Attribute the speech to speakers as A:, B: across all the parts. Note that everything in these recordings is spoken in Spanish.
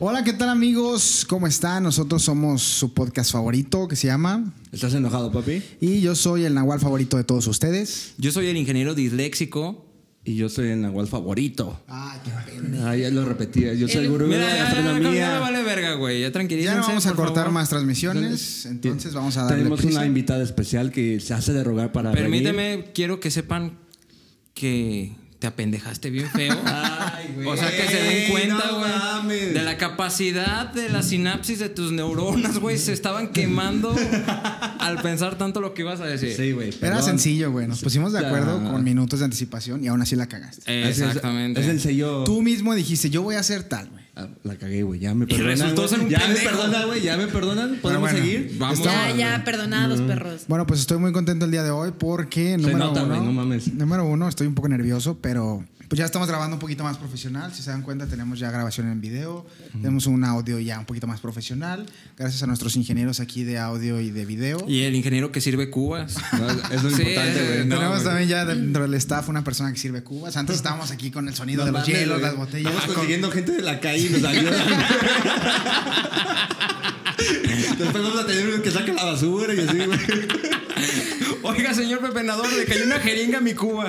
A: Hola, ¿qué tal amigos? ¿Cómo están? Nosotros somos su podcast favorito que se llama...
B: ¿Estás enojado, papi?
A: Y yo soy el Nahual favorito de todos ustedes.
C: Yo soy el ingeniero disléxico.
B: Y yo soy el Nahual favorito.
A: Ah, qué pena.
B: Ah, ya lo repetía. Yo soy el gurú de
C: Mira,
B: la
C: ya, ya, ya, ya, ya
B: gastronomía.
C: vale verga, güey. Ya
A: Ya
C: tranquilícense.
A: no vamos a
C: por
A: cortar
C: favor.
A: más transmisiones, entonces vamos a darle
B: Tenemos
A: prisa.
B: una invitada especial que se hace de rogar para
C: Permíteme,
B: venir.
C: quiero que sepan que te apendejaste bien feo.
B: Ay, güey.
C: O sea, que se den cuenta,
B: No
C: güey,
B: mames.
C: de la capacidad de la sinapsis de tus neuronas, güey. Se estaban quemando al pensar tanto lo que ibas a decir.
B: Sí, güey.
A: Era
B: perdón.
A: sencillo, güey. Nos pusimos de acuerdo
B: Ya.
A: con minutos de anticipación y aún así la cagaste.
B: Es- es-
C: Exactamente.
B: Es, el sello.
A: Tú mismo dijiste, yo voy a hacer tal, güey.
B: Ah, La cagué, güey. Ya me perdonan.
C: resultó
B: güey.
C: ser un
B: Ya me
C: pendejo.
B: perdonan, güey. Ya me perdonan. ¿Podemos
A: bueno.
B: seguir?
C: Vamos.
A: Estaba-
D: Ya, ya, perdonados, perros.
A: Bueno, pues estoy muy contento el día de hoy porque número
B: nota,
A: uno,
B: güey, no mames.
A: número uno, estoy un poco nervioso, pero pues ya estamos grabando un poquito más profesional. Si se dan cuenta, tenemos ya grabación en video, tenemos un audio ya un poquito más profesional, gracias a nuestros ingenieros aquí de audio y de video.
C: Y el ingeniero que sirve cubas.
B: No, es lo
C: Sí,
B: importante, güey. No,
A: tenemos
B: güey.
A: también ya dentro del staff una persona que sirve cubas. Antes estábamos aquí con el sonido
B: No
A: de los
B: mames,
A: hielos,
B: güey.
A: las botellas. Ah,
B: Estamos
A: con-
B: consiguiendo gente de la calle y nos ayudan. Después vamos a tener uno que saca la basura y así, güey.
C: Oiga, señor pepenador, le cayó una jeringa a mi cuba.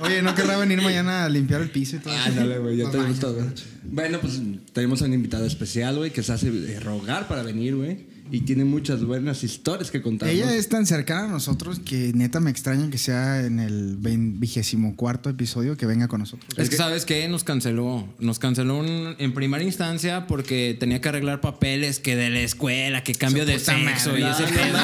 A: Oye, ¿no querrá venir mañana a limpiar el piso y todo? eso?
B: Ándale, güey, ya
A: Los
B: tenemos
A: baños.
B: todo. Bueno, pues tenemos a un invitado especial, güey, que se hace de rogar para venir, güey. Y tiene muchas buenas historias que contar.
A: Ella es tan cercana a nosotros que neta me extraña que sea en el vein- vigésimo cuarto episodio que venga con nosotros.
C: Es que, ¿sabes qué? Nos canceló. Nos canceló un- en primera instancia porque tenía que arreglar papeles que de la escuela, que cambio
A: Su
C: de
A: puta
C: sexo
A: madre.
C: y ese
B: No, no,
C: pedo,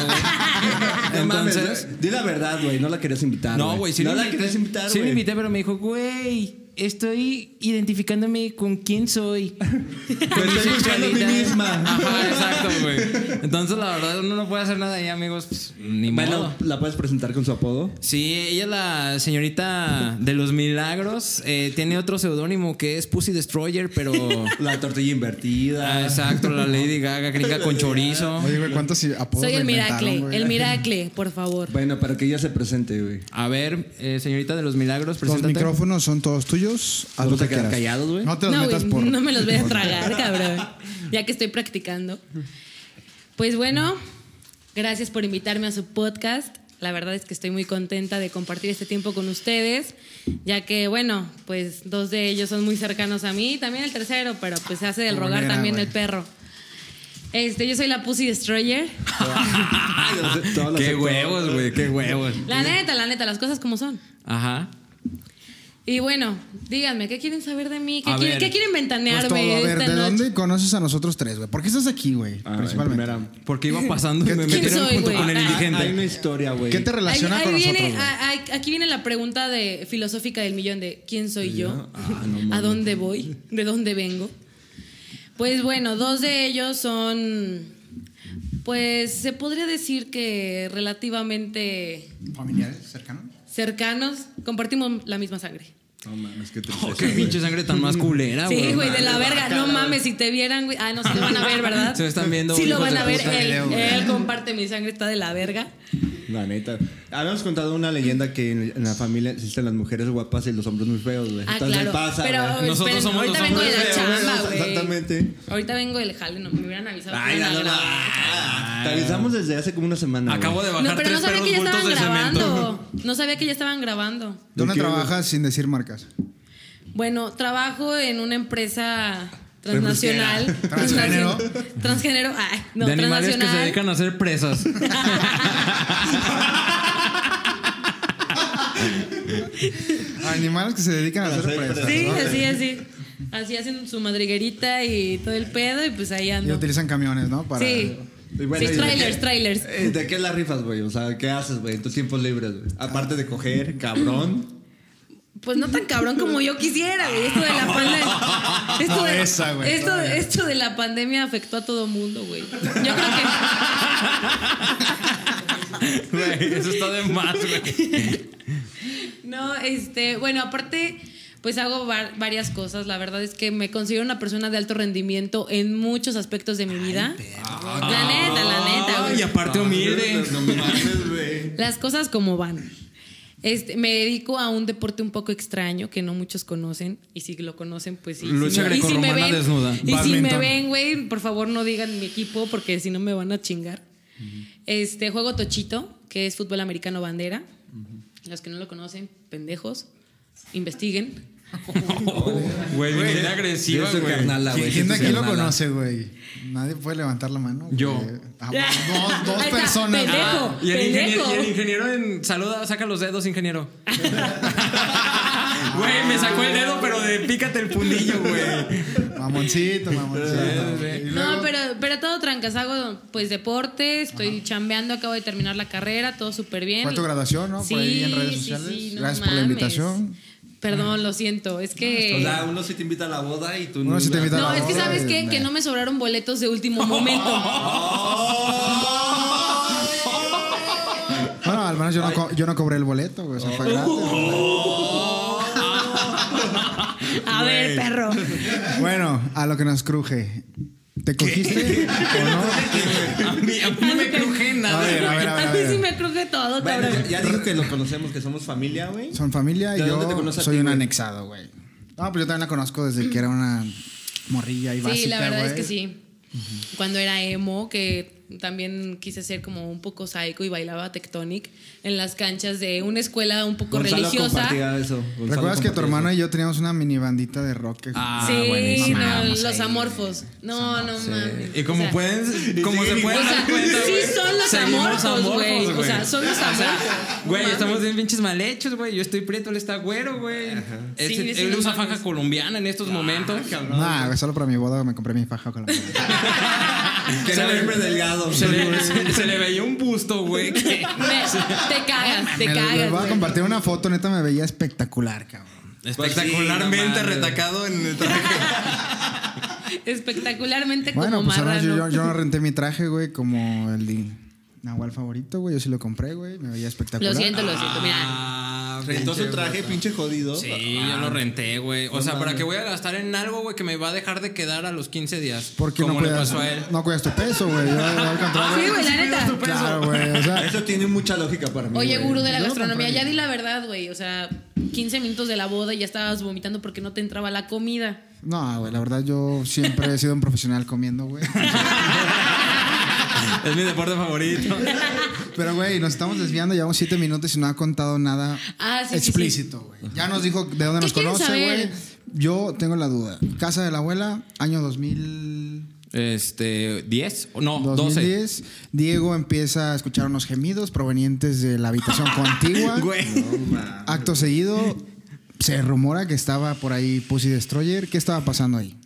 C: güey.
B: Entonces,
C: Entonces-
B: di la verdad, güey, no la querías invitar.
C: No, güey, sí
B: no
C: lo
B: la
C: invi-
B: querías invitar, güey.
C: Sí lo invité, pero me dijo, güey, estoy identificándome con quién soy.
B: Me estoy buscando Pues, a mí
C: Sexualidad.
B: misma.
C: Ajá, exacto, güey. Entonces, la verdad, uno no puede hacer nada ahí, amigos. Pues, ni
B: Bueno,
C: modo.
B: ¿la puedes presentar con su apodo?
C: Sí, ella es la señorita de los milagros. Eh, tiene otro seudónimo que es Pussy Destroyer, pero...
B: La tortilla
C: Ah,
B: invertida.
C: exacto, la Lady Gaga gringa con chorizo.
A: Oye, güey, ¿cuántos apodos
D: Soy
A: le
D: el
A: inventaron,
D: Miracle,
A: güey?
D: el Miracle, por favor.
B: Bueno, para que ella se presente, güey.
C: A ver, eh, señorita de los milagros,
A: Los
C: preséntate.
A: micrófonos son todos tuyos. Haz
B: ¿Nos
A: lo
B: vamos
A: que
B: a quedar
A: quieras.
B: callados, güey?
A: No te los
D: No,
A: metas
D: güey,
A: por.
D: no me los voy a tragar, cabrón. Ya que estoy practicando. Pues bueno, gracias por invitarme a su podcast. La verdad es que estoy muy contenta de compartir este tiempo con ustedes, ya que, bueno, pues dos de ellos son muy cercanos a mí, también el tercero, pero pues se hace del
A: Como
D: rogar
A: mera,
D: también
A: güey.
D: el perro. Este, yo soy la Pussy Destroyer.
B: Todas las
C: Qué
B: apodos.
C: huevos, güey, qué huevos.
D: La neta, la neta, las cosas como son.
C: Ajá.
D: Y bueno, díganme, ¿qué quieren saber de mí? ¿Qué,
C: A
D: quieren,
C: ver.
D: qué quieren ventanearme
A: Pues todo, a ver,
D: esta
A: ¿de
D: noche?
A: dónde conoces a nosotros tres, güey? ¿Por qué estás aquí, güey?
B: Ah, en
A: Principalmente.
B: primera.
C: Porque iba pasando y me
A: ¿Quién
C: metieron
D: soy,
C: junto
D: güey?
C: con el
D: Ah,
B: Hay una
C: indigente.
B: historia, güey.
A: ¿Qué te relaciona
D: Ahí- ahí
A: con
D: viene-
A: nosotros? güey?
D: a- a- aquí viene la pregunta de filosófica del millón de ¿quién soy yo?
B: Ah, no mames.
D: ¿A dónde voy? ¿De dónde vengo? Pues bueno, dos de ellos son, pues se podría decir que relativamente
A: ¿Familiares cercanos?
D: cercanos, compartimos la misma sangre.
B: No mames, qué tristeza,
C: Oh, qué
B: güey.
C: pinche sangre tan más culera, güey.
D: sí, güey, de la verga. No mames, si te vieran, güey. Ah, no, si lo van a ver, ¿verdad?
C: Se están viendo,
D: Sí, lo
C: hijos
D: van
C: de
D: a ver.
C: puta.
D: Él,
A: Video, güey.
D: él comparte mi sangre, está de la verga.
B: La neta. Habíamos contado una leyenda que en, en la familia existen las mujeres guapas y los hombres muy feos, güey.
D: Ah,
B: Entonces
D: claro.
B: pasa,
D: pero
B: güey.
C: Nosotros
D: esperen,
C: somos
D: ahorita
C: los
D: vengo de
C: hombres
D: la
B: feos, güey,
D: chamba, güey.
B: exactamente.
D: Ahorita vengo del jale, no me hubieran avisado.
B: Ay,
D: que
B: ya
D: iban a
B: no, no.
D: grabar.
B: Ah, Te avisamos desde hace como una semana.
C: Acabo de bajar
D: No, pero no
C: tres
D: sabía que
C: perros
D: ya
C: bultos
D: estaban
C: de cemento.
D: grabando. No sabía que ya estaban grabando.
A: ¿Dónde
B: qué,
A: trabajas sin decir marcas?
D: Bueno, trabajo en una empresa transnacional.
A: Transgénero.
D: Transnacion- Transgénero. Ay, no,
C: de animales que se
D: transnacional.
C: dedican a hacer presas.
A: Animales que se dedican a hacer
B: hacer
A: presas.
D: Sí,
A: ¿no?
D: así, así. Así hacen su madriguerita y todo el pedo y pues ahí
A: Y
D: ando.
A: utilizan camiones, ¿no? Para...
D: Sí.
B: Y bueno,
D: sí,
B: y-
D: trailers, trailers.
B: Eh, ¿De qué las rifas, güey? O sea, ¿qué haces, güey? En tus tiempos libres, güey. Aparte de coger, cabrón.
D: Pues no tan cabrón como yo quisiera, güey. Esto de la pandemia. Esto,
A: No,
D: de,
A: esa, güey,
D: esto,
A: todavía.
D: esto de la pandemia afectó a todo mundo, güey. Yo creo que.
C: Güey, eso está de más, güey.
D: No, este. Bueno, aparte. Pues hago var- varias cosas. La verdad es que me considero una persona de alto rendimiento en muchos aspectos de mi vida. Ah, la neta, la neta,
C: Ah,
D: güey.
C: Y aparte humilde.
B: No mames, güey.
D: Las cosas como van. Este, me dedico a un deporte un poco extraño que no muchos conocen. Y si lo conocen, pues sí.
C: Lucha
D: si no- y si me
C: grecorromana
D: ven,
C: desnuda.
D: Y si me
A: Badminton.
D: ven, güey, por favor no digan mi equipo porque si no me van a chingar. Este juego Tochito, que es fútbol americano bandera. Los que no lo conocen, pendejos, investiguen.
C: Güey, bien agresiva,
B: Yo soy
C: güey.
B: carnala, güey.
A: ¿Quién de
B: Yo soy
A: aquí lo
B: carnala.
A: conoce, güey? Nadie puede levantar la mano.
C: Yo.
A: porque- Ah, bueno, dos, dos
D: Ahí está,
A: personas. güey.
D: pendejo.
C: Ah, y, el ingeniero,
D: Pendejo.
C: y el ingeniero en. Saluda, saca los dedos, ingeniero. Güey, me sacó el dedo, pero de pícate el punillo, güey.
A: Ah, Mamoncito, mamoncito.
C: sí, sí.
A: Y luego-
D: No, pero, pero todo trancas. Hago pues deporte, estoy chambeando, acabo de terminar la carrera, todo súper bien.
A: Fue tu graduación, ¿no? Por ahí en redes sociales. Gracias por la invitación.
D: Perdón, lo siento. Es que.
B: O sea, uno sí te invita a la boda y tú
A: Uno sí te invita a la
D: no, es que
A: Ahora,
D: sabes qué?
A: me-
D: que no me sobraron boletos de último momento.
A: Bueno, al menos yo no, co- yo no cobré el boleto, güey. O sea, fue gratis.
B: Oh.
D: A ver, perro.
A: Bueno, a lo que nos cruje. ¿Te cogiste o no?
C: A mí, a mí no me cruje
A: A
C: nada.
A: ver, a ver, a ver.
D: A
A: a
D: mí
A: ver.
D: sí me cruje todo,
B: Bueno,
D: cabrón.
B: ya, ya digo que lo conocemos, que somos familia, güey.
A: Son familia y
B: ¿De dónde te
A: yo
B: conoce a
A: soy
B: ti,
A: un
B: güey?
A: anexado, güey. No, pues yo también la conozco desde que era una morrilla y básica,
D: Sí, la verdad es
A: güey.
D: que sí. Cuando era emo, que también quise ser como un poco psycho y bailaba tectonic en las canchas de una escuela un poco
B: Gonzalo
D: religiosa.
B: compartía eso. Gonzalo
A: ¿Recuerdas que tu
B: compartía
A: hermano
B: eso.
A: y yo teníamos una mini bandita de rock? que-
C: Ah,
D: sí,
C: buenísimo.
D: no,
A: Mamábamos
D: los
A: ahí,
D: amorfos. No, no mames.
C: Y como
D: O sea,
C: pueden, como se pueden
D: O
C: dar
D: sea,
C: cuenta,
D: sí
C: güey,
D: son los
C: seguimos
D: amorfos, güey. O sea, son los
C: O
D: amorfos.
C: sea,
D: No
C: Güey,
D: mames.
C: estamos bien pinches mal hechos, güey. Yo estoy prieto, él está güero, güey. Él,
D: Sí,
C: se-
D: sí,
C: él
D: no
C: usa
D: mames. Ah,
C: faja colombiana en estos momentos.
A: Nah, güey, solo para mi boda me compré mi faja con la
B: Que era hombre delgado.
C: Se le, se- se le veía un busto, güey. que-
D: Me- te cagas, te
A: Me la- les
D: cagas.
A: voy a
D: güey.
A: compartir una foto, neta me veía espectacular, cabrón.
D: Pues
C: Espectacularmente
B: no mames.
C: retacado en el traje.
D: Espectacularmente
A: Bueno,
D: como
A: pues ahora yo,
D: marrano.
A: yo, yo no renté mi traje, güey, como el de Nahual favorito, güey. Yo sí lo compré, güey. Me veía espectacular.
D: Lo siento, lo siento. Mira,
C: Ah,
B: Rentó su traje, pinche jodido.
C: Sí, yo
B: ah,
C: lo renté, güey. O sea, ¿para qué voy a gastar en algo, güey, que me va a dejar de quedar a los 15 días?
A: Porque no
C: como le
A: cuidas,
C: pasó a él.
A: no cuidas tu peso, güey. Yo, al contrario.
D: Ah, sí, güey, la neta.
A: Claro, güey. Eh, O sea,
B: Eso tiene mucha lógica para mí.
D: Oye,
B: güey.
D: gurú de la
A: Yo lo
D: gastronomía,
A: compré.
D: ya di la verdad, güey. O sea, 15 minutos de la boda y ya estabas vomitando porque no te entraba la comida.
A: no, güey, la verdad yo siempre he sido un profesional comiendo, güey.
C: Es mi deporte favorito.
A: Pero, güey, nos estamos desviando, llevamos siete minutos y no ha contado nada
D: Ah, sí, sí,
A: explícito, güey. Ya nos dijo de dónde
D: ¿Qué
A: nos
D: quieren
A: conoce,
D: saber?
A: güey. Yo tengo la duda. Casa de la abuela, año 2000.
C: Este, 10, no, 12.
A: 2010, Diego empieza a escuchar unos gemidos provenientes de la habitación contigua.
C: Güey.
A: Acto seguido, se rumora que estaba por ahí Pussy Destroyer. ¿Qué estaba pasando ahí?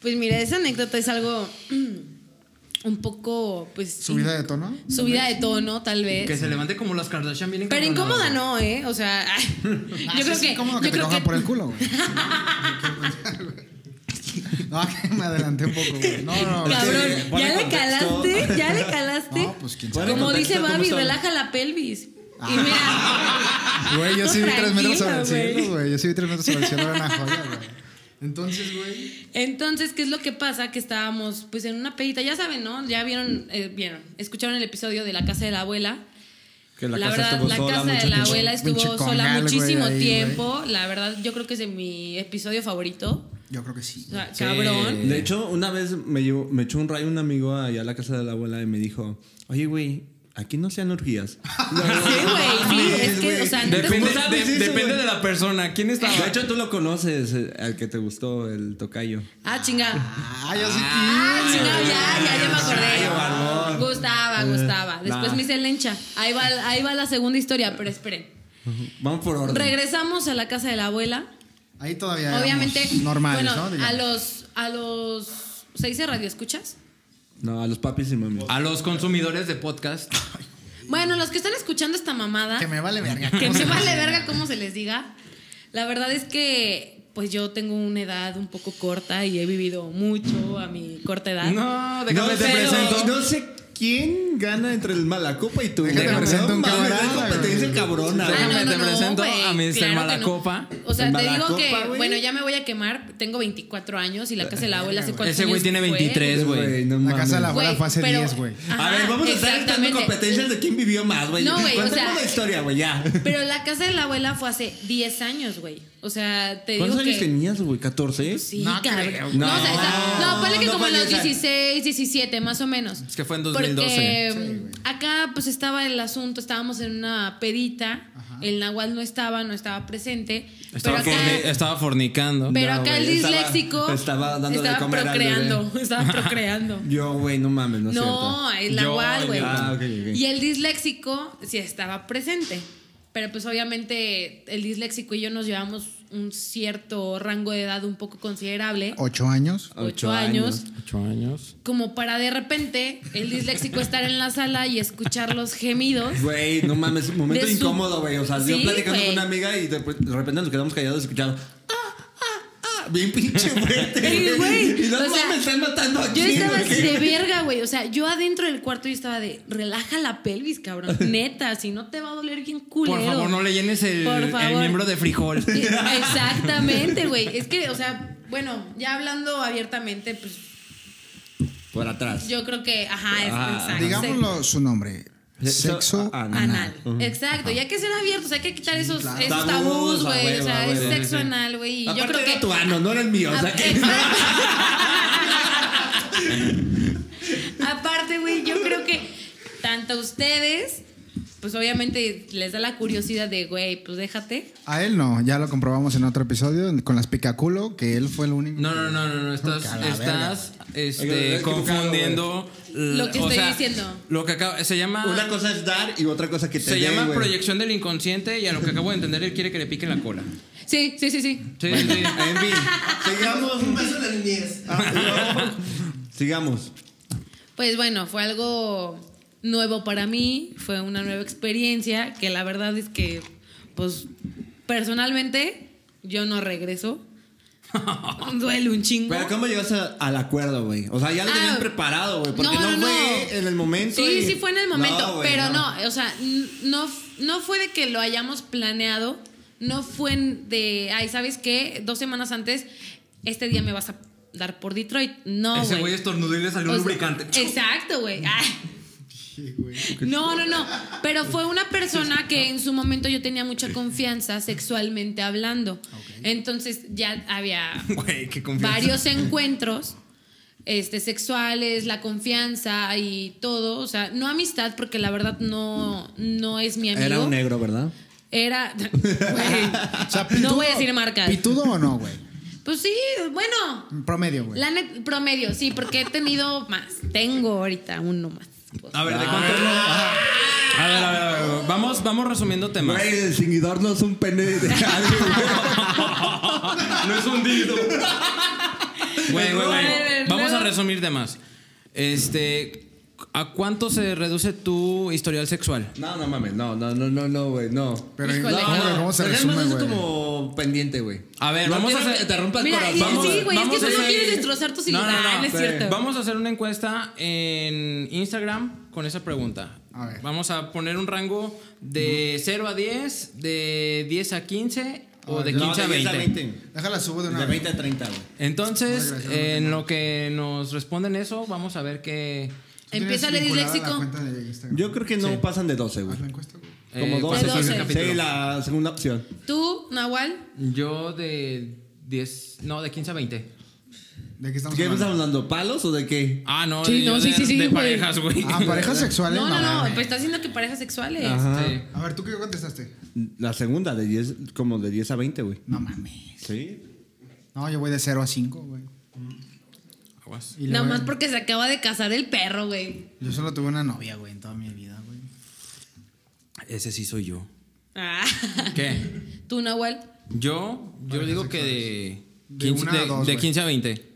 D: Pues mira, esa anécdota es algo un poco, pues.
A: ¿Subida
D: in-
A: de tono?
D: Subida de tono, tal vez.
C: Que se levante como las Kardashian vienen
D: Pero incómoda no, ¿eh? O sea, yo creo
A: es
D: que.
A: incómodo que
D: yo
A: te
D: creo
A: cojan
D: que
A: por el culo, güey. No, que me adelanté un poco, güey. No, no, no.
D: Cabrón,
B: Sí, ponle
D: ya le
B: contexto.
D: calaste, ya le calaste.
A: No, pues, quién sabe.
D: Como
B: Ponle
D: dice
B: contexto, ¿cómo
D: Babi,
B: son?
D: relaja la pelvis.
A: Ah.
D: Y mira.
A: Güey, yo sí vi tres metros sobre
D: Tranquilo,
A: el cielo, güey. Yo sí vi tres metros sobre el cielo, era una joya, güey. Entonces, güey.
D: Entonces, ¿qué es lo que pasa? Que estábamos pues en una pedita, ya saben, ¿no? Ya vieron, eh, vieron, escucharon el episodio de la casa de la abuela.
B: Que la,
D: la,
B: casa
D: verdad,
B: estuvo
D: la
B: sola
D: casa de
B: mucho
D: la
B: tiempo.
D: abuela estuvo
A: Pinche
D: sola
A: congal, güey,
D: muchísimo
A: ahí, güey.
D: tiempo. La verdad, yo creo que es de mi episodio favorito.
A: Yo creo que sí.
D: O sea,
C: Sí.
D: cabrón.
B: De hecho, una vez me, llevó- me echó un rayo un amigo allá a la casa de la abuela y me dijo, oye, güey, aquí no sean orgías.
D: Sí, güey, sí, es que, o sea, no te-
C: Depende,
B: ¿Cómo sabes
C: de,
B: eso,
C: depende
B: güey?
C: de la persona. ¿Quién estaba?
B: De hecho, tú lo conoces, eh, al que te gustó, el tocayo.
D: Ah, chinga.
A: Ah, yo sí.
D: Ah, chingado, ya, ya,
A: Ah,
D: ya me acordé. Gustaba,
A: Eh,
D: gustaba. Después
B: nah.
D: me hice lencha. Ahí va, ahí va la segunda historia, pero esperen.
B: Vamos por orden.
D: Regresamos a la casa de la abuela.
A: Ahí todavía. éramos
D: Obviamente,
A: Normales,
D: bueno,
A: ¿no? Digamos.
D: a los, a los, ¿se dice radio escuchas?
B: no, a los papis y mami.
C: a los consumidores de podcast.
D: Bueno, los que están escuchando esta mamada,
A: Que me vale verga.
D: que me vale verga cómo se les diga. La verdad es que, pues yo tengo una edad un poco corta y he vivido mucho a mi corta edad.
C: No,
B: No
C: déjame te
B: sé,
D: pero-
C: presento.
B: No sé
E: ¿Quién gana entre el Malacopa y tú?
A: Déjame
E: güey?
A: presento un
E: mames,
A: camarada,
E: es competencia
D: Ah,
E: cabrona.
C: Déjame,
E: güey.
C: no, te presento
D: güey,
C: a Mr.
D: que no.
C: Malacopa.
D: O sea,
E: El
D: te digo que,
E: Malacopa, güey.
D: bueno, ya me voy a quemar. Tengo 24 años y la casa de la abuela hace cuatro años.
C: Ese güey tiene
D: fue.
C: 23, güey.
B: Ah, no
A: La casa de la
B: mames.
A: abuela
D: Güey,
A: fue hace
D: pero-
A: 10, güey.
D: Ajá,
B: A ver, vamos a estar en
D: exactamente.
B: competencias de quién vivió más, güey.
D: No, güey, o
B: Contemos
D: sea-
B: la historia, güey, ya.
D: Pero la casa de la abuela fue hace 10 años, güey. O sea, te digo
B: ¿Cuántos
D: que...
B: años tenías, güey? ¿14?
D: Sí,
C: No
D: cabrón.
C: creo.
D: No, o sea,
B: No.
D: está- no, ponle que
B: No
D: como
B: fue
D: los
B: 10 años.
D: 16, 17, más o menos.
C: Es que fue en 2012.
D: Porque mm, acá pues estaba el asunto, estábamos en una pedita, el Nahual no estaba, no estaba presente.
C: Estaba,
D: pero
C: forni-
D: acá,
C: estaba fornicando.
D: pero
B: No,
D: acá el
B: güey, estaba-
D: disléxico
B: estaba dándole de
D: estaba
B: comer al
D: procreando, estaba procreando.
B: Yo, güey, no mames, no es
D: No,
B: cierto.
D: el Nahual,
C: Yo,
D: güey.
C: yo.
B: Ah, ok, ok.
D: Y el disléxico sí estaba presente. Pero pues obviamente el disléxico y yo nos llevamos un cierto rango de edad un poco considerable.
A: Ocho años.
D: Ocho
B: Ocho
D: años.
C: Ocho años.
D: Como para de repente el disléxico estar en la sala y escuchar los gemidos.
B: Güey, no mames, momento
D: De su-
B: incómodo, güey. O sea, yo
D: Sí,
B: platicando
D: güey.
B: con una amiga y de, pues, de repente nos quedamos callados escuchando. Ah, ah, ah. Bien pinche fuerte.
D: Ey, güey,
B: Y no
D: o
B: mames,
D: sea,
B: me están matando aquí.
D: Yo estaba
B: güey.
D: así de verga, güey. O sea, yo adentro del cuarto yo estaba de relaja la pelvis, cabrón. Neta, si no te va a doler bien culero. Eh,
C: Por favor, no le llenes el,
D: Por
C: el
D: favor.
C: miembro de frijol.
D: Eh, Exactamente, güey. Es que, o sea, bueno, ya hablando abiertamente, pues
B: Por atrás.
D: yo creo que, ajá, es
B: Ah,
D: exacto.
A: Digámoslo su nombre.
B: Se-
A: Sexo
B: ah,
D: Anal. Exacto, y hay que ser abiertos, hay que quitar esos, esos
B: Tabús,
D: tabús,
B: a
D: güey. O
B: huevo,
D: sea,
B: a
D: es
B: huevo,
D: sexo
B: sí.
D: anal, güey. y Yo
B: Aparte
D: creo
B: era
D: que.
B: tu ano, no era el mío. O sea, que...
D: Aparte, güey, yo creo que tanto a ustedes, pues obviamente les da la curiosidad de, güey, pues déjate.
A: A él no, ya lo comprobamos en otro episodio con las picaculo, que él fue el único.
C: No, no, no, no, no, estás,
A: Porque a la
C: estás este,
B: Oiga, es equivocado,
C: confundiendo l-
D: Lo que estoy diciendo.
C: Lo que acaba, se llama
B: Una cosa es dar y otra cosa que te
C: se
B: den,
C: llama
B: güey.
C: proyección del inconsciente y a lo que acabo de entender él quiere que le pique la cola.
D: Sí, sí, sí, sí.
C: Sí, sí.
B: En fin, sigamos. Un beso de niñez. sigamos.
D: Pues bueno, fue algo nuevo para mí, fue una nueva experiencia que la verdad es que, pues personalmente, yo no regreso. Duele un chingo.
B: Pero ¿cómo llegaste a- al acuerdo, güey? O sea, ya lo
D: Ah.
B: tenían preparado, güey. Porque
D: No,
B: no,
D: no,
B: fue
D: no.
B: en el momento.
D: Sí,
B: y-
D: sí fue en el momento,
B: No, güey,
D: pero no. o sea, n- no, f- no fue de que lo hayamos planeado, no fue en- de, ay, ¿sabes qué? Dos semanas antes, este día me vas a dar por Detroit. No,
C: Ese güey
D: güey.
C: estornudó y le salió
D: O
C: un
D: sea,
C: lubricante.
D: Exacto, güey. Ay. No, no, no. Pero fue una persona que en su momento yo tenía mucha confianza sexualmente hablando. Entonces ya había
C: Güey, qué confianza.
D: varios encuentros este, sexuales, la confianza y todo. O sea, no amistad, porque la verdad no, no es mi amigo.
B: Era un negro, ¿verdad?
D: Era- güey, no voy a decir marcas.
A: ¿Pitudo o no, güey?
D: Pues sí, bueno.
A: Promedio, güey.
D: La net- promedio, sí, porque he tenido más. Tengo ahorita uno más.
C: A ver, ¿de
B: Ah.
C: cuánto? A ver, a ver, a ver, Vamos, vamos resumiendo temas.
B: Güey, el seguidor no es un pene de alguien,
C: No es un dildo. Güey, güey,
D: A ver, a
C: güey.
D: ver,
C: Vamos a
D: luego.
C: resumir temas. Este, ¿a cuánto se reduce tu historial sexual?
B: No, no mames, no, no, no, no, no, güey, no.
A: Pero
D: Híjole.
A: ¿cómo,
D: No,
A: ¿cómo se
B: Pero es
A: resume,
B: más, es
A: güey?
B: como pendiente, güey.
C: A ver,
B: No
C: vamos a
B: quiero
C: hacer-
B: que te rompa el
D: Mira, y-
B: corazón.
D: sí, güey, es que
C: vamos a
D: tú no
C: hacer-
D: quieres destrozar tus
C: No, no,
D: ideales,
C: no,
D: es
B: sí.
D: cierto.
C: Vamos a hacer una encuesta en Instagram con esa pregunta.
A: A ver.
C: Vamos a poner un rango de 0 a 10, de 10 a 15 o de
B: No,
C: 15 a
B: 10
C: 20.
A: Déjala subo de una
B: De
A: vez.
B: 20 a 30, güey.
C: Entonces, en lo que nos responden eso, vamos a ver qué...
D: Empieza el
A: ¿Tienes vinculada La
D: disléxico.
A: cuenta de Instagram?
B: Yo creo que no pasan de 12, güey.
A: ¿Haz la encuesta, güey?
B: Como
C: eh,
B: 12.
C: cuál es el
D: pues, De 12.
C: capítulo.
B: Sí, la segunda opción.
D: Tú, Nahual,
C: Yo de 10, no, de 15 a 20.
A: ¿De qué estamos
B: ¿Qué estamos
A: hablando?
B: hablando? ¿Palos o de qué?
C: Ah, no,
D: Sí,
C: yo
D: no,
C: de,
D: sí, sí, sí,
C: de
D: güey.
C: parejas, güey.
A: Ah, parejas sexuales.
D: No, no, no,
A: mames.
D: pues está diciendo que parejas sexuales.
C: Sí.
A: A ver, ¿tú qué contestaste?
B: La segunda, de 10, como de 10 a 20, güey.
A: No mames.
B: Sí.
A: No, yo voy de 0 a 5, güey.
C: Aguas.
A: Y
D: Nada
A: luego-
D: más porque se acaba de casar el perro, güey.
A: Yo solo tuve una novia, güey, en toda mi vida, güey.
C: Ese sí soy yo.
D: Ah.
C: ¿Qué?
D: Tú, Nahual.
C: Yo, yo digo que de
A: De
C: 15,
A: una a
C: de-
A: dos,
C: de
A: güey.
C: 15 a 20.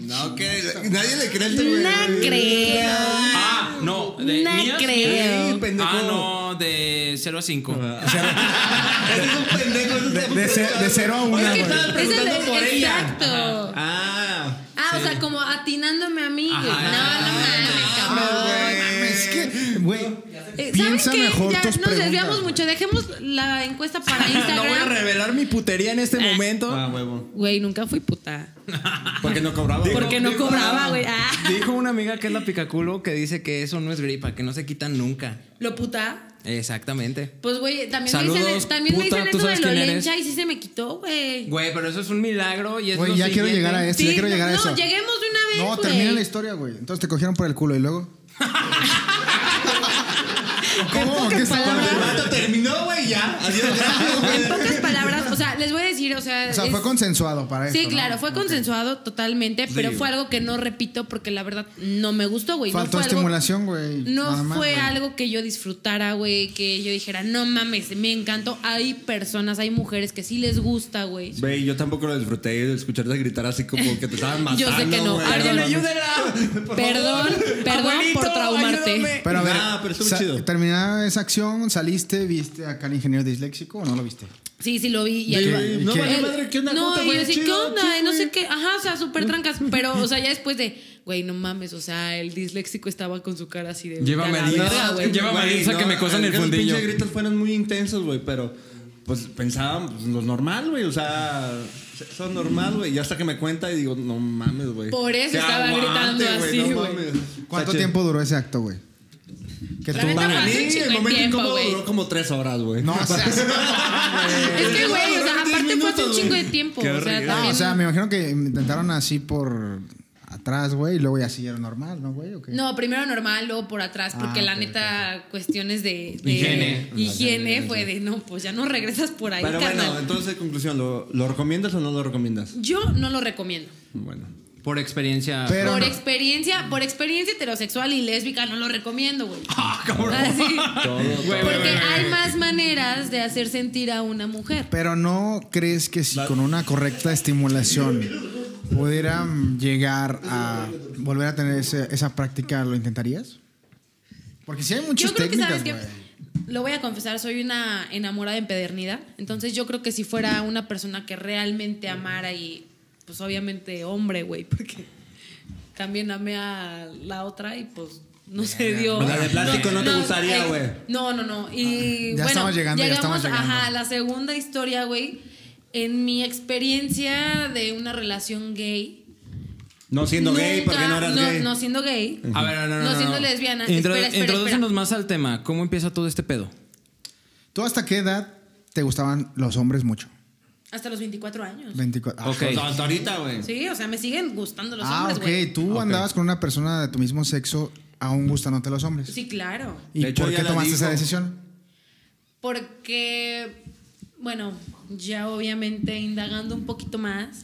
B: No, que nadie le cree este güey.
D: No creo.
C: Ah, no, de
D: No
C: mías,
D: creo.
C: mías.
B: Sí, pendejo.
C: Ah, no, de 0 a 5.
B: Ese es un pendejo. ese es un
A: De- de
B: pendejo.
A: ce- de cero a una,
B: Oye, que
A: güey.
B: estaba preguntando
D: Es el-
B: por ella.
D: exacto.
B: Ah.
D: Ah, Ah, o sea, como atinándome a mí. güey.
C: Ajá.
D: no, no mames, cabrón.
A: Es que, Ah, güey,
D: Eh,
A: piensa
D: ¿Saben qué?
A: mejor
D: ya
A: tus
D: nos desviamos
A: preguntas.
D: mucho. Dejemos la encuesta para
C: Ah, No voy a
D: Instagram.
C: revelar mi putería en este momento.
B: Ah, huevo.
D: Güey, nunca fui puta.
B: Porque no cobraba.
D: Porque no cobraba, güey. Ah.
C: Dijo una amiga que es la picaculo que dice que eso no es gripa, que no se quita nunca.
D: Lo puta.
C: Exactamente.
D: Pues, güey, también me
C: Saludos,
D: dicen, también me
C: puta,
D: dicen
C: ¿tú
D: eso de
C: sabes
D: lo
C: quién eres?
D: lencha y sí se me quitó, güey.
C: Güey, pero eso es un milagro y es
A: Güey,
C: lo
A: ya quiero
C: siguiente.
A: llegar a eso, este, ya quiero
D: no,
A: llegar a
D: no,
A: eso.
D: lleguemos de una vez,
A: No,
D: güey.
A: termina la historia, güey. Entonces te cogieron por el culo y luego. ¿Cómo? ¿Qué se
E: El rato terminó, güey, ya. Adiós, gracias, güey.
D: En pocas palabras, o sea, les voy a decir, o sea...
A: O sea,
D: es-
A: fue consensuado para eso.
D: Sí, claro, fue consensuado totalmente, pero fue algo que no repito porque la verdad no me gustó, güey. No
A: Faltó
D: fue algo-
A: estimulación, güey. nada
D: No
A: más,
D: fue
A: güey.
D: algo que yo disfrutara, güey, que yo dijera, no mames, me encantó. Hay personas, hay mujeres que sí les gusta, güey.
B: Güey, yo tampoco lo disfruté de escucharte gritar así como que te estaban matando.
D: Yo sé que no.
B: güey.
D: Alguien
B: No, no,
C: ayúdela!
D: Perdón, perdón
C: Abuelito,
D: por traumarte.
C: ayúdame.
A: Pero a ver,
B: Nah, Ah, pero estuvo
A: sa-
B: chido.
A: terminada esa acción, saliste, viste acá al ingeniero disléxico o no lo viste.
D: Sí, sí lo vi. Y
A: ¿Y
D: ahí
A: qué?
D: va.
A: ¿Y
E: No,
A: qué?
E: vale, madre, ¿qué onda?
D: No,
E: ¿Cómo te
D: y
E: fue?
D: yo sí, ¿qué
E: Chido,
D: onda?
E: chido,
D: no sé
E: güey.
D: qué. Ajá, o sea, súper trancas. Pero, o sea, ya después de, güey, no mames, o sea, el disléxico estaba con su cara así de.
C: Llévame
D: a
C: a
D: la
C: Dios.
D: verga, güey.
C: Llévame a
B: Ah, Güey,
C: Marisa que me cosan el
B: es que Los
C: fundillo.
B: pinches gritos fueron muy intensos, güey, pero pues pensaban, pues, lo normal, güey, o sea, eso es normal, güey. Y hasta que me cuenta y digo, no mames, güey.
D: Por eso
B: Que
D: estaba gritando así, güey.
B: mames.
A: ¿Cuánto
B: Sache,
A: tiempo duró ese acto, güey? Que
D: La
A: tú-
D: neta,
B: Para
D: Hace
B: mí,
D: un chingo
B: el
D: de
B: momento
D: tiempo,
B: incómodo
D: güey.
B: duró como tres horas, güey.
A: No, o sea,
D: Es que, güey, o sea,
B: Diez
D: aparte fue hace un
B: minutos,
D: chingo de
B: güey.
D: tiempo.
B: Qué
D: O sea,
B: horrible.
A: no,
D: también.
A: Ah, o sea, me imagino que intentaron así por atrás, güey, y luego ya siguieron normal, ¿no, güey? ¿O qué?
D: No, primero normal, luego por atrás, porque
A: Ah,
D: la
A: ok,
D: neta, cuestiones de, de
C: Higiene.
D: higiene fue de no, pues ya no regresas por ahí,
B: Pero bueno,
D: carnal.
B: entonces, conclusión, ¿lo, lo recomiendas o no lo recomiendas?
D: Yo no lo recomiendo.
B: Bueno.
C: Por experiencia.
A: Pero
D: por
A: no.
D: experiencia, por experiencia heterosexual y lésbica no lo recomiendo, güey.
C: Güey,
D: Así.
C: güey, güey,
D: Porque
C: güey.
D: hay más maneras de hacer sentir a una mujer.
A: Pero no crees que si con una correcta estimulación pudieran llegar a volver a tener ese- esa práctica, ¿lo intentarías? Porque si hay muchas
D: Yo creo que
A: técnicas,
D: sabes que
A: güey.
D: lo voy a confesar, soy una enamorada empedernida, entonces yo creo que si fuera una persona que realmente amara y pues obviamente hombre, güey, porque también amé a la otra y pues no se dio.
B: La de plástico no te gustaría,
D: eh,
B: güey.
D: No, no, no. Y
A: Ya
D: bueno,
A: estamos llegando, ya estamos
D: llegamos,
A: llegando.
D: Ajá, a la segunda historia, güey. En mi experiencia de una relación gay.
B: No siendo gay,
D: nunca-
B: porque no eras gay.
D: No siendo gay.
C: A ver, no, no, no.
D: No siendo
C: no.
D: lesbiana.
C: Intro-
D: Espera, espera,
C: introdúcenos
D: espera.
C: más al tema. ¿Cómo empieza todo este pedo?
A: ¿Tú hasta qué edad te gustaban los hombres mucho?
D: Hasta los 24 años.
A: 24. Ah,
C: Ok.
B: Hasta- Hasta ahorita, güey.
D: Sí, o sea, me siguen gustando los
A: Ah,
D: hombres,
A: ok.
D: güey.
A: Tú andabas con una persona de tu mismo sexo aún gustándote los hombres.
D: Sí, claro.
A: ¿Y
B: De hecho,
A: por
B: ella
A: qué
B: la
A: tomaste
B: dijo.
A: esa decisión?
D: Porque, bueno, ya obviamente indagando un poquito más,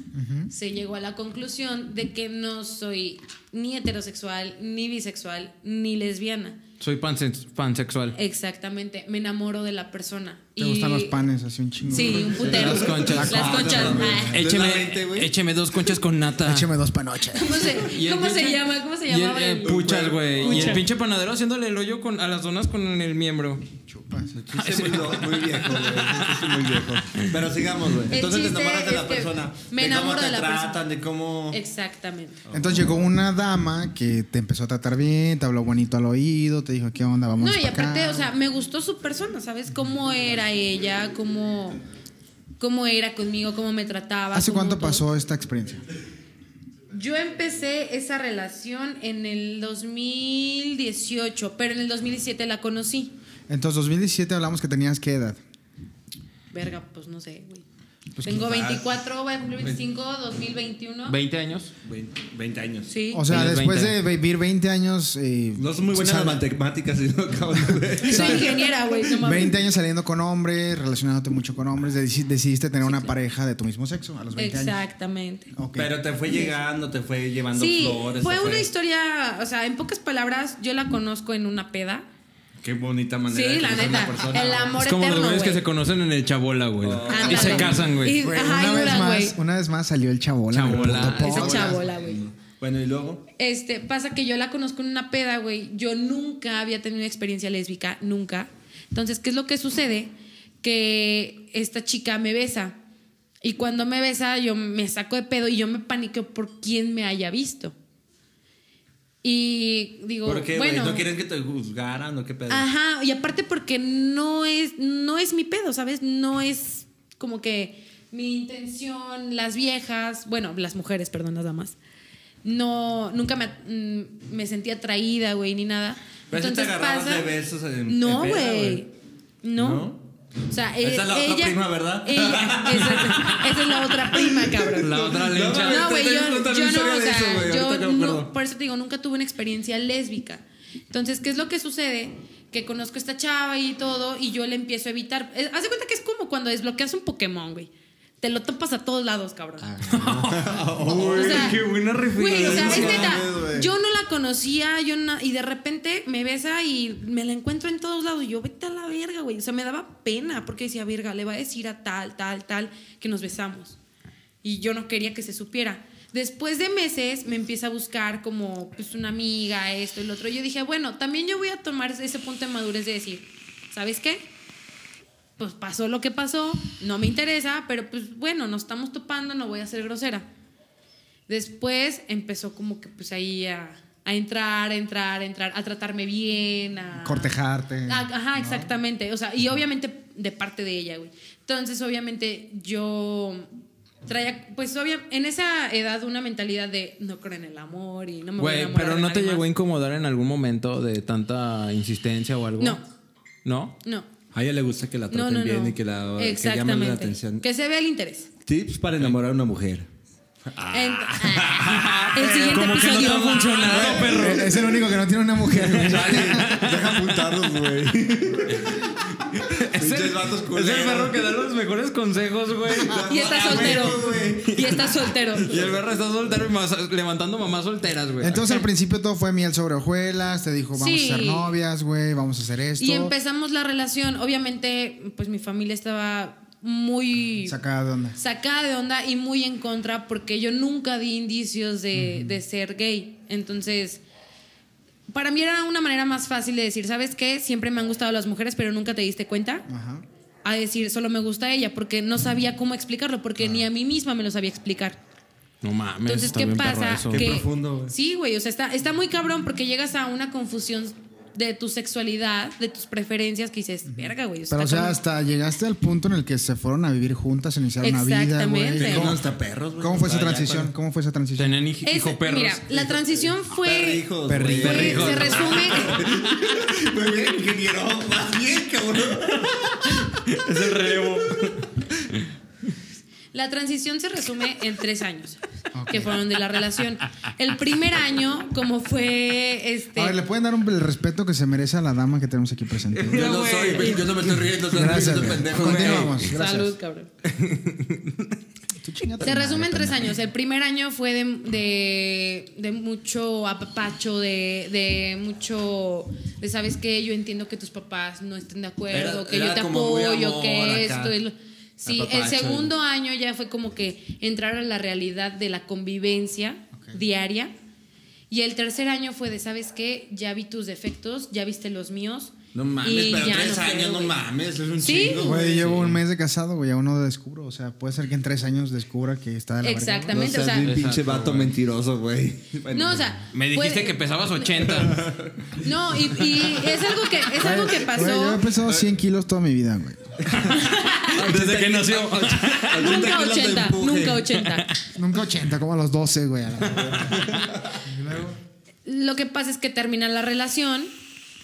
D: se llegó a la conclusión de que no soy ni heterosexual, ni bisexual, ni lesbiana.
C: Soy panse-
D: Eh,
C: pansexual.
D: Exactamente, me enamoro de la persona.
A: ¿Te gustan los panes así un chingo?
D: Sí, un putero.
C: Las conchas.
D: Las conchas.
B: ¿De
D: ah.
B: la veinte,
C: Écheme,
B: güey?
C: écheme dos conchas con nata.
A: Ah. Écheme dos panoches.
B: Ah.
D: ¿Cómo se,
C: Y el
D: cómo se
C: pinche-
D: llama? ¿Cómo se
C: y el-
D: llamaba?
C: eh,
D: el-
C: puchas, güey. Y
D: Pucha.
C: el pinche panadero haciéndole el hoyo con, a las donas con el miembro.
B: Fuiste muy, lo- muy viejo, güey. Fuiste muy viejo. Pero sigamos, güey.
D: El
B: Entonces te
D: chiste
B: enamoras de
D: es
B: la
D: que
B: persona.
D: me enamoro de la
B: De cómo te
D: persona.
B: tratan, de cómo...
D: Exactamente.
A: Entonces llegó una dama que te empezó a tratar bien, te habló bonito al oído, te dijo, ¿qué onda? Vamos
D: No, y
A: pa' acá".
D: aparte, o sea, me gustó su persona, ¿sabes? Cómo era ella, cómo, cómo era conmigo, cómo me trataba.
A: ¿Hace
D: cómo
A: cuánto
D: todo.
A: pasó esta experiencia?
D: Yo empecé esa relación en el 2018, pero en el 2017 la conocí.
A: Entonces, 2017 hablamos que tenías qué edad.
D: Verga, pues no sé, güey.
A: Pues,
D: Tengo 24, voy a cumplir 25, 2021.
C: 20 años.
B: 20, 20 años.
D: Sí.
A: O sea,
C: Tenías
A: después
C: 20.
A: de vivir 20 años. eh,
B: No son muy buenas
A: sal-
B: las matemáticas, y no acabo de
D: Soy ingeniera, güey. No mames.
A: 20 años saliendo con hombres, relacionándote mucho con hombres, deci- decidiste tener una pareja de tu mismo sexo a los 20 años.
D: Exactamente.
A: Ok.
B: Pero te fue llegando, te fue llevando
D: Sí,
B: flores.
D: fue
B: te
D: una historia, o sea, en pocas palabras, yo la conozco en una peda.
B: Qué bonita manera
D: Sí,
B: de
D: la
B: conocer
D: neta.
B: una persona.
D: el amor
C: Es como los
D: eterno,
C: güeyes que
D: güey.
C: se conocen en el chabola, güey.
D: Ándale.
C: Y se casan, güey.
D: Y-
A: Güey,
D: ajá, y
A: una, vez
D: duran,
A: más,
D: güey.
A: una vez más salió el chabola. en el
C: Chabola.
A: punto
C: Ese
A: podcast.
D: Esa chabola, güey.
B: Bueno, y luego.
D: Este, pasa que yo la conozco en una peda, güey. Yo nunca había tenido una experiencia lésbica, nunca. Entonces, ¿qué es lo que sucede? Que esta chica me besa. Y cuando me besa, yo me saco de pedo y yo me paniqueo por quién me haya visto. Y digo,
E: ¿Por qué, güey?
D: bueno.
E: ¿No quieres que te juzgaran o qué pedo?
D: Ajá, y aparte porque no es, no es mi pedo, ¿sabes? No es como que mi intención, las viejas, bueno, las mujeres, perdón, las damas. No, nunca me, mm, me sentí atraída, güey, ni nada.
E: Pero si te
D: Entonces
E: agarrabas
D: pasa-
E: de besos en-
D: No,
E: en peda,
D: güey. No.
E: ¿No?
D: O sea,
E: Esa
D: eh,
E: es la otra
D: ella-
E: prima, ¿verdad?
D: ella- esa, esa es la otra prima, cabrón.
C: La otra lencha.
D: No, güey,
E: Tengo que
D: yo,
E: contar
D: yo
E: una
D: no,
E: historia
D: o
E: de eso,
D: sea,
E: güey,
D: yo
E: ahorita que me
D: no,
E: acuerdo.
D: por eso te digo, nunca tuve una experiencia lésbica. Entonces, ¿qué es lo que sucede? Que conozco a esta chava y todo, y yo le empiezo a evitar. Eh, Haz de cuenta que es como cuando desbloqueas un Pokémon, güey. Te lo topas a todos lados, cabrón.
B: Ah, Uy,
D: O sea,
B: qué buena
D: Güey, o sea, es
B: referencia.
D: neta,
B: Mames, güey.
D: yo no la conocía, yo na- y de repente me besa y me la encuentro en todos lados. Y yo, vete a la verga, güey. O sea, me daba pena porque decía, verga, le va a decir a tal, tal, tal, que nos besamos. Y yo no quería que se supiera. Después de meses me empieza a buscar como pues, una amiga, esto, el otro. Yo dije, bueno, también yo voy a tomar ese punto de madurez de decir, ¿sabes qué? Pues pasó lo que pasó, no me interesa, pero pues bueno, nos estamos topando, no voy a ser grosera. Después empezó como que pues ahí a, a entrar, a entrar, a entrar, a tratarme bien, a...
A: Cortejarte.
D: Ah, ajá, exactamente. O sea, y obviamente de parte de ella, güey. Entonces, obviamente, yo traía, pues obvia, en esa edad una mentalidad de no creo en el amor y no me voy a
C: Güey,
D: enamorar
C: pero
D: de
C: ¿no te
D: nadie
C: llegó a
D: más.
C: incomodar en algún momento de tanta insistencia o algo?
D: No.
C: ¿No?
D: No.
B: A ella le gusta que la traten
D: No, no,
B: bien
D: no.
B: y que la que
D: Exactamente.
B: llamen la atención.
D: Que se vea el interés.
B: Tips para enamorar a una mujer.
D: Ent- el siguiente episodio.
A: Es-
E: Eh,
A: Es el único que no tiene una mujer. güey.
B: Deja apuntarlos, güey.
C: Es el, es el perro que da los mejores consejos, güey.
D: y está soltero. Y está soltero.
C: Y el perro está soltero y mas- levantando mamás solteras, güey.
A: Entonces al principio todo fue miel sobre hojuelas, te dijo vamos
D: Sí.
A: a ser novias, güey, vamos a hacer esto.
D: Y empezamos la relación. Obviamente, pues mi familia estaba muy
A: Sacada de onda.
D: sacada de onda y muy en contra porque yo nunca di indicios de, de ser gay. Entonces, para mí era una manera más fácil de decir, ¿sabes qué? Siempre me han gustado las mujeres, pero nunca te diste cuenta.
A: Ajá.
D: A decir, solo me gusta ella, porque no sabía cómo explicarlo, porque ni a mí misma me lo sabía explicar.
C: No mames.
D: Entonces,
C: está
D: ¿qué
C: bien perro
D: pasa?
C: eso.
D: Que-
E: profundo, güey.
D: Sí, güey, o sea, está, está muy cabrón porque llegas a una confusión de tu sexualidad, de tus preferencias, que dices, verga, güey.
A: Pero o
D: está
A: sea,
D: cabrón".
A: hasta llegaste al punto en el que se fueron a vivir juntas, iniciaron una vida, güey.
D: Exactamente.
A: ¿Cómo,
E: hasta perros, güey.
A: cómo fue esa
E: O sea, Ah, ya
A: transición?
E: cuando-
A: ¿Cómo fue esa transición?
C: Tenían hij-
D: Es-
C: hijo perros.
D: mira, la transición fue...
E: Perrijos,
A: Perri-
E: güey.
D: fue-
C: Perrijos.
D: se resume...
E: Muy bien, ingeniero. Más bien, cabrón.
C: Es el relevo.
D: La transición se resume en tres años,
A: Ok.
D: que fueron de la relación. El primer año, como fue este.
A: A ver, ¿le pueden dar un- el respeto que se merece a la dama que tenemos aquí presente?
E: Yo no soy, güey. Yo no me estoy riendo. estoy
A: Gracias.
E: riendo,
A: güey.
E: pendejo, güey.
A: Continuamos. Gracias.
D: Salud, cabrón.
A: Tú chingate
D: Se
A: madre,
D: resume en tres
E: pues,
A: pendejo.
D: años. El primer año fue de, de, de mucho apapacho, de, de mucho. De sabes que yo entiendo que tus papás no estén de acuerdo,
E: Era-
D: que
E: era
D: yo te
E: como muy
D: apoyo,
E: amor
D: que
E: acá.
D: esto. y lo- Sí, el
E: Apapacho.
D: segundo año ya fue como que entrar a la realidad de la convivencia diaria. Y el tercer año fue de, ¿sabes qué? Ya vi tus defectos, ya viste los míos.
E: No mames,
D: y
E: pero
D: ya
E: tres
D: no
E: años,
D: quiero,
E: no
D: güey".
E: mames. Es un
D: Sí.
E: chingo,
A: Güey,
E: güey.
A: llevo un mes de casado, güey, aún no lo descubro. O sea, puede ser que en tres años descubra que está de la verga, güey.
D: Exactamente.
B: No
D: Realmente, o
B: seas un
D: sea-
B: pinche
C: Exacto,
B: vato
C: güey.
B: mentiroso, güey. Bueno,
D: No, o sea.
C: Me dijiste
D: puede-
C: que pesabas 80.
D: No, y, y es algo que es algo que pasó.
A: Güey, yo he pesado 100 kilos toda mi vida, güey.
C: Desde que nació.
E: 80
D: Nunca
E: kilos de
D: 80,
E: empuje.
D: nunca 80.
A: Nunca 80, como a los 12, güey. a la verga.
D: Lo que pasa es que termina la relación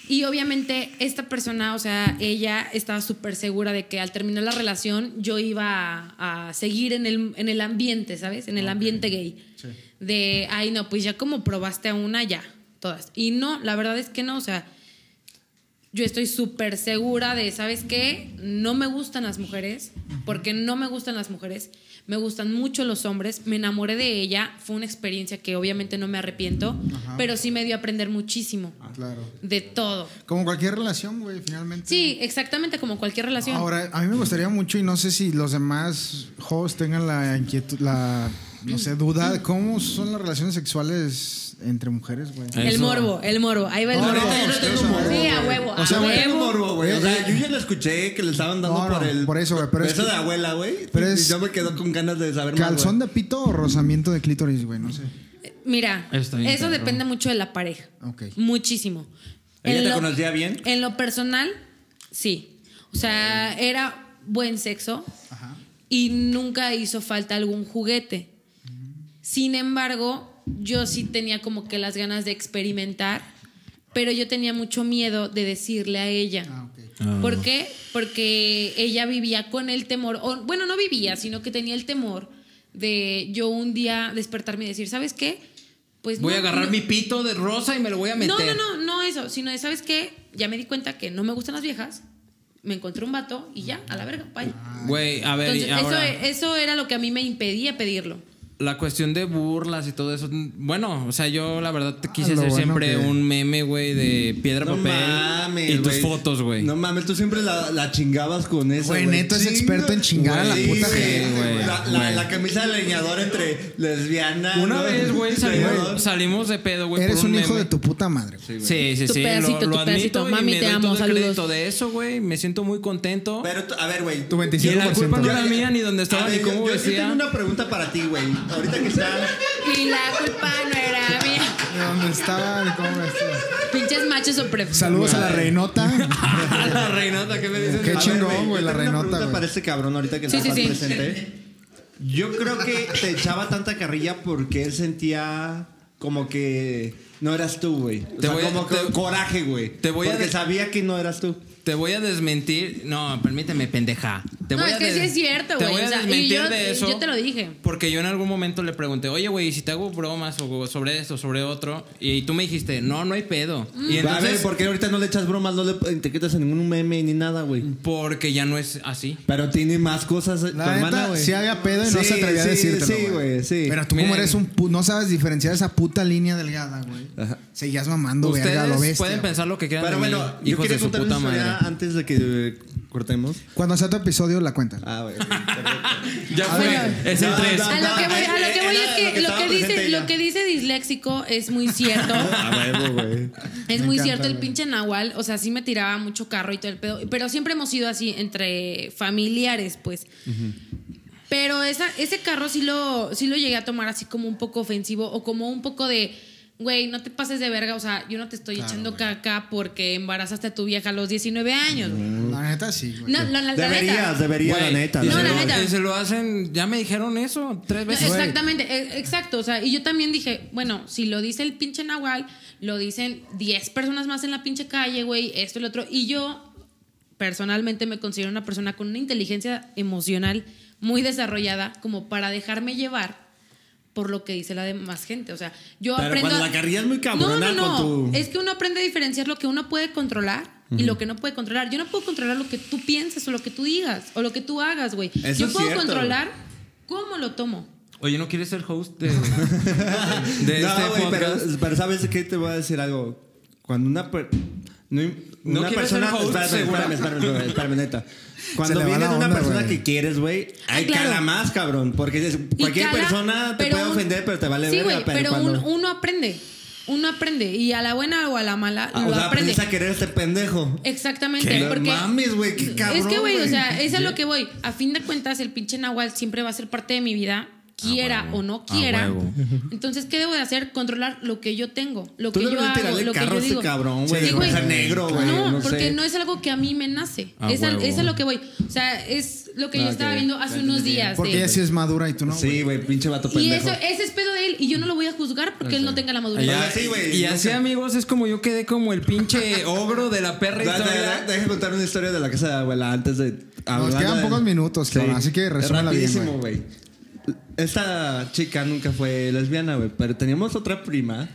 D: y obviamente esta persona, o sea, ella estaba súper segura de que al terminar la relación yo iba a, a seguir en el, en el ambiente, ¿sabes? En el ambiente gay. De, ay, no, pues ya como probaste a una, ya, todas. Y no, la verdad es que no, o sea, yo estoy súper segura de, ¿sabes qué? No me gustan las mujeres, porque no me gustan las mujeres, me gustan mucho los hombres, me enamoré de ella, fue una experiencia que obviamente no me arrepiento, pero sí me dio a aprender muchísimo
A: Claro.
D: de todo.
A: Como cualquier relación, güey, finalmente.
D: Sí, exactamente como cualquier relación.
A: Ahora, a mí me gustaría mucho, y no sé si los demás hosts tengan la inquietud, la no sé, duda de cómo son las relaciones sexuales entre mujeres, güey.
D: El
C: Eso.
D: morbo, el morbo. Ahí va el
A: No,
D: morbo.
A: neta, yo no tengo morbo,
D: sí, a
B: güey.
D: huevo.
A: O sea,
D: a
A: güey,
B: Tengo
D: huevo.
B: morbo, güey. O sea, yo ya la escuché que le estaban dando
A: No, no,
B: por el.
A: por eso, güey, pero es
B: Beso
A: que-
B: de abuela, güey.
A: pero
B: Pero
A: es-
B: Yo me quedo con ganas de saber más.
A: ¿Calzón
B: güey.
A: de pito o rozamiento de clítoris, güey? No sé.
D: Mira,
C: Está bien,
D: eso
C: perro.
D: depende mucho de la pareja.
A: Ok.
D: Muchísimo.
B: ¿Ella
D: En
B: te conocía bien?
D: En lo personal, sí. O sea, era buen sexo
A: Ajá.
D: y nunca hizo falta algún juguete. Sin embargo, yo sí tenía como que las ganas de experimentar, pero yo tenía mucho miedo de decirle a ella.
A: Ah, ok.
D: ¿Por qué? Porque ella vivía con el temor, o, bueno, no vivía, sino que tenía el temor de yo un día despertarme y decir, ¿sabes qué? Pues
C: Voy
D: no,
C: a agarrar
D: no-
C: mi pito de rosa y me lo voy a meter.
D: No, no, no, no eso, sino de, ¿sabes qué? Ya me di cuenta que no me gustan las viejas, me encontré un vato y ya, a la verga, bye.
C: Güey, a ver, y
D: Entonces, eso, e,
C: ahora,
D: eso era lo que a mí me impedía pedirlo.
C: la cuestión de burlas y todo eso. Bueno, o sea, yo la verdad te quise
A: Ah, lo
C: hacer
A: bueno
C: siempre
A: que-
C: un meme, güey, de piedra,
B: No
C: papel
B: mames.
C: y tus
B: güey.
C: fotos, güey.
B: No mames, tú siempre la, la chingabas con eso.
A: Güey, Neto es experto en chingar a la
B: Sí,
A: puta
B: güey.
A: gente,
C: güey.
B: La, la- la camisa de leñador entre lesbiana.
C: Una
B: ¿no?
C: vez, güey,
B: Leñador.
C: salimos, salimos de pedo, güey. por
A: Eres un, hijo de
C: meme.
A: tu puta madre. güey.
C: Sí, sí,
D: Tu
C: sí.
D: pedacito,
C: lo,
D: tu
C: lo
D: pedacito.
C: admito y
D: Mami,
C: me
D: te
C: doy
D: amo,
C: todo el
D: saludos.
C: crédito de eso, güey. Me siento muy contento.
B: Pero, tú- a ver, güey.
A: Tu 25%.
C: Y la culpa no era mía ni donde estaba
B: A ver,
C: ni cómo
B: yo- yo, yo
C: vestía.
B: tengo una pregunta para ti, güey. Ahorita que estás.
D: Y la culpa no era mía.
A: ¿De dónde estaba? ¿De cómo vestía?
D: Pinches machos o pre-
A: Saludos a la reinota.
C: A la reinota, ¿qué me dices?
A: Qué
B: A ver,
A: chingón,
B: yo
A: güey, la
B: tengo
A: reinota,
B: Una pregunta
A: güey.
B: para este cabrón ahorita que
D: Sí,
B: lo
D: sí, sí.
B: presente. Yo creo que te echaba tanta carrilla porque él sentía como que no eras tú, güey. O
C: Te
B: sea,
C: voy a-
B: como que
C: te-
B: coraje, güey.
C: te voy a
B: porque
C: de-
B: sabía que no eras tú.
C: Te voy a desmentir. No, permíteme, pendeja. Te
D: No,
C: voy
D: es
C: a
D: que
C: des-
D: sí es cierto,
C: Te
D: güey.
C: voy a
D: O sea, y
C: desmentir
D: yo-
C: de eso.
D: yo te lo dije.
C: Porque yo en algún momento le pregunté, oye, güey, ¿y si te hago bromas o sobre esto, sobre otro. Y tú me dijiste, no, no hay pedo.
D: Mm.
C: Y
B: a ver,
C: entonces,
B: porque ahorita no le echas bromas, no le etiquetas a ningún meme ni nada, güey.
C: porque ya no es así.
B: Pero tiene más cosas eh, tu
A: La
B: hermana,
A: neta,
B: güey.
A: si había pedo y no
B: Sí,
A: se atrevía a
B: sí,
A: decírtelo,
B: Sí, güey, sí.
A: Pero tú como
C: Miren.
A: eres un... pu- No sabes diferenciar esa puta línea delgada, güey.
B: Ajá.
A: Seguías mamando, verga, lo
C: Ustedes
A: bestia.
C: pueden
A: güey.
C: pensar lo que quieran
B: Pero
C: de mí,
B: bueno, yo
C: hijos
B: quería
C: de su
B: contar una
C: puta madre.
B: historia antes de que eh, cortemos.
A: Cuando sea tu episodio, la cuentas.
B: Ah, güey. perfecto.
C: Ya
D: Ah,
A: A ver.
C: fue, es el
B: No,
C: 3.
B: no,
D: A lo
C: Eh,
D: que voy, a lo que
B: Era
D: voy es que
B: lo
D: lo
B: que
D: que
B: estaba
D: dice,
B: presente
D: lo
B: ya.
D: que dice disléxico es muy cierto.
B: A Ah, huevo, güey.
D: Es
A: Me
D: muy
A: encanta,
D: cierto, el
A: güey.
D: pinche Nahual, o sea, sí me tiraba mucho carro y todo el pedo, pero siempre hemos sido así entre familiares, pues. Pero esa, ese carro sí lo, sí lo llegué a tomar así como un poco ofensivo o como un poco de, güey, no te pases de verga, o sea, yo no te estoy echando caca porque embarazaste a tu vieja a los 19 años. güey.
A: La neta, sí, güey.
D: No, la, la- la neta.
B: Deberías, deberías, la
C: Güey,
B: neta.
C: y
D: No,
B: la
C: se
D: la
C: lo-
B: neta.
D: neta.
C: y se lo hacen, ya me dijeron eso tres
D: No,
C: veces.
D: exactamente, e- exacto. O sea, y yo también dije, bueno, si lo dice el pinche Nahual, lo dicen 10 personas más en la pinche calle, güey, esto, el otro. Y yo personalmente me considero una persona con una inteligencia emocional muy desarrollada como para dejarme llevar por lo que dice la demás gente. O sea, yo
B: Pero
D: aprendo...
B: cuando la carrilla es muy cabrona
D: No, no, no.
B: con tu-
D: Es que uno aprende a diferenciar lo que uno puede controlar y lo que no puede controlar. Yo no puedo controlar lo que tú pienses o lo que tú digas o lo que tú hagas, güey.
B: Eso
D: Yo
B: es
D: puedo
B: cierto.
D: controlar cómo lo tomo.
C: Oye, ¿no quieres ser host de, de
B: no,
C: este
B: güey, pero,
C: podcast?
B: pero ¿sabes qué? Te voy a decir algo. Cuando una, per- no,
C: No
B: una
C: quieres
B: persona...
C: ser host,
B: espérame,
C: seguro.
B: espérame, espérame, espérame, espérame, neta.
A: Se
B: Cuando
A: le va
B: viene
A: la
B: una
A: onda,
B: persona
A: güey.
B: que quieres, güey,
D: Ah,
B: hay
D: claro.
B: cala más, cabrón. Porque es-
D: Y
B: cualquier
D: cala,
B: persona te
D: pero
B: puede
D: un-
B: ofender, pero te vale
D: sí,
B: verga.
D: güey,
B: pero
D: pero
B: cuando...
D: un- uno aprende. Uno aprende. Y a la buena o a la mala
B: Ah,
D: lo
B: o sea,
D: aprende. Eh,
B: aprendes a querer a este pendejo.
D: Exactamente.
B: Que
D: porque
B: mames, güey, qué cabrón.
D: es que, güey, o sea, es a lo que voy. A fin de cuentas, el pinche Nahual siempre va a ser parte de mi vida,
B: Ah,
D: quiera
C: huevo.
D: o no
C: A
D: quiera.
C: huevo.
D: Entonces, ¿qué debo de hacer? Controlar lo que yo tengo, lo
B: Tú
D: que yo
B: deberías
D: hago,
B: tirarle
D: lo que
B: carro
D: yo
B: a este
D: digo.
B: cabrón, güey,
D: Sí,
A: de
D: güey.
A: ser negro,
B: güey,
D: No,
B: no sé.
D: porque no es algo que a mí me nace.
C: A
D: es, al-
C: huevo.
D: es a lo que voy. O sea, es lo que yo
B: Ah,
D: estaba
B: ok.
D: viendo hace
B: Ya
D: unos
B: entendí.
D: días.
A: Porque
D: de-
A: ella sí es madura y tú no, güey.
B: Sí, güey, pinche vato
D: y
B: pendejo.
D: eso, ese es pedo de él. Y yo no lo voy a juzgar porque él no tenga la madurez.
C: Ya,
B: Sí, güey,
C: y
B: nunca.
C: así, amigos, es como yo quedé como el pinche ogro de la perra
B: Da- da- da-
C: historia.
B: Deja contar una historia de la casa de abuela antes de hablando
A: quedan
B: de-
A: pocos minutos, cabrón, así que resúmela bien,
B: Rapidísimo, güey. Esta chica nunca fue lesbiana, güey, pero teníamos otra prima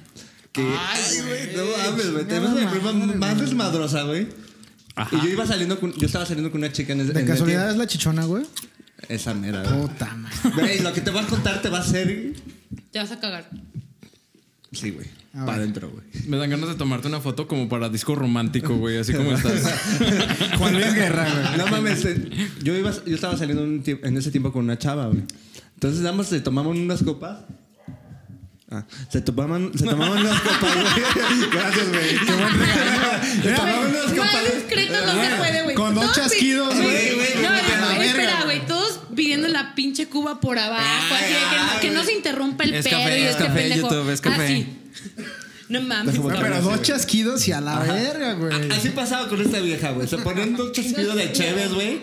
B: que. Ay, güey, no mames, güey. Tenemos una prima más desmadrosa, güey. Y yo iba saliendo con. Yo estaba saliendo con una chica en ese. en
A: De Oh.
B: ese
A: casualidad es la chichona, güey.
B: tiempo. Esa mera, güey.
A: Puta madre.
B: Güey, lo que te voy a contar te va a hacer.
D: Te vas a cagar.
B: Sí, güey. para adentro, güey.
C: Me dan ganas de tomarte una foto como para disco romántico, güey, así como estás.
A: Juan Luis Guerra, güey.
B: No mames, eh, yo, iba, yo estaba saliendo un tie- en ese tiempo con una chava, güey. Entonces, ambos se tomaban unas copas. Ah, se tomaban, se tomaban unas copas, güey. Gracias, güey. Se tomaban unas
D: Más
B: copas.
D: discreto no se puede, güey.
A: con dos
D: Todos pi-
A: chasquidos,
B: güey, güey,
D: No,
B: como que a la
D: no, no,
B: verga,
D: espera,
B: güey.
D: güey. Todos pidiendo la pinche cuba por abajo. así de que, no, que no se interrumpa el
C: Es
D: pedo
C: café,
D: y
C: es
D: este
C: café,
D: pendejo.
C: YouTube, es café.
D: Así. No mames.
A: Güey, pero
D: cabrón.
A: dos chasquidos y a la verga, güey.
B: Ah, Así pasaba con esta vieja, güey. Se ponían dos chasquidos de chéves, güey.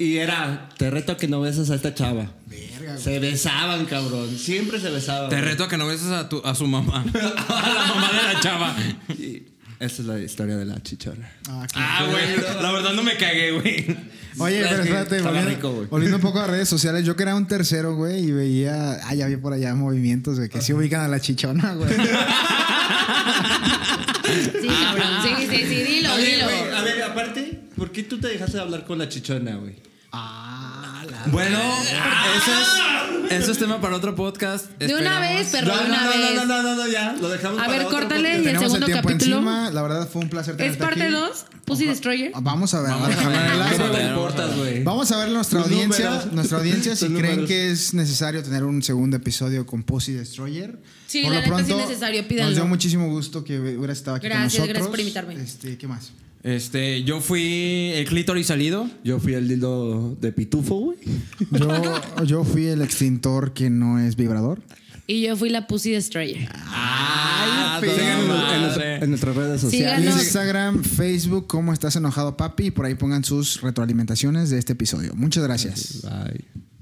B: Y era, te reto a que no besas a esta chava.
A: Verga,
B: Se besaban, cabrón. Siempre se besaban.
C: Te
B: güey.
C: reto a que no beses a, tu, a su mamá. A la mamá de la chava.
B: Y esa es la historia de la chichona.
A: Ah, qué-
C: Ah, güey. La verdad no me cagué, güey.
A: Oye,
B: Es
A: pero
B: que
A: espérate,
B: estaba
A: volviendo,
B: rico, güey.
A: volviendo un poco a redes sociales, yo que era un tercero, güey, y veía, ah, ya vi por allá movimientos, güey, que sí ubican a la chichona, güey.
D: Sí, cabrón. Sí, sí, sí. Dilo,
B: a, ver,
D: dilo.
B: güey, a ver, aparte, ¿por qué tú te dejaste de hablar con la chichona, güey?
A: ah, la
C: Bueno, Ah. eso es, eso es tema para otro podcast.
D: De una vez, perro,
B: No,
D: de
B: no,
D: una
B: no,
D: vez.
B: no, no, no, no, ya. Lo dejamos
D: A
B: para
D: ver,
B: otro
D: córtale
B: podcast.
D: y el
A: Tenemos el
D: segundo
A: tiempo
D: capítulo.
A: encima, la verdad fue un placer
D: Es
A: tenerte
D: parte
A: aquí.
D: 2, Pussy Destroyer.
A: Vamos a ver,
C: Vamos a
A: vamos
B: Ah,
A: a
C: ver,
A: ver.
C: vamos
B: ¿Qué
C: a
B: te
C: ver.
B: importas, güey?
A: Vamos a ver nuestra
B: Tus
A: audiencia,
B: números.
A: nuestra audiencia si
B: Tus
A: creen
B: números.
A: que es necesario tener un segundo episodio con Pussy Destroyer.
D: Sí, la neta sí es necesario, pídanlo.
A: Nos dio muchísimo gusto que hubieras estado aquí
D: Gracias,
A: con nosotros.
D: gracias por invitarme.
A: Este, ¿qué más?
C: Este, yo fui el clítoris salido.
B: Yo fui el dildo de pitufo, güey.
A: Yo, yo fui el extintor que no es vibrador.
D: Y yo fui la Pussy Destroyer.
C: Ah,
A: Ay,
C: toda
A: pero-
B: En,
C: madre.
B: nuestra- en nuestras redes sociales.
D: Síganos.
A: Instagram, Facebook, ¿cómo estás enojado, papi? Y por ahí pongan sus retroalimentaciones de este episodio. Muchas gracias.
B: Bye.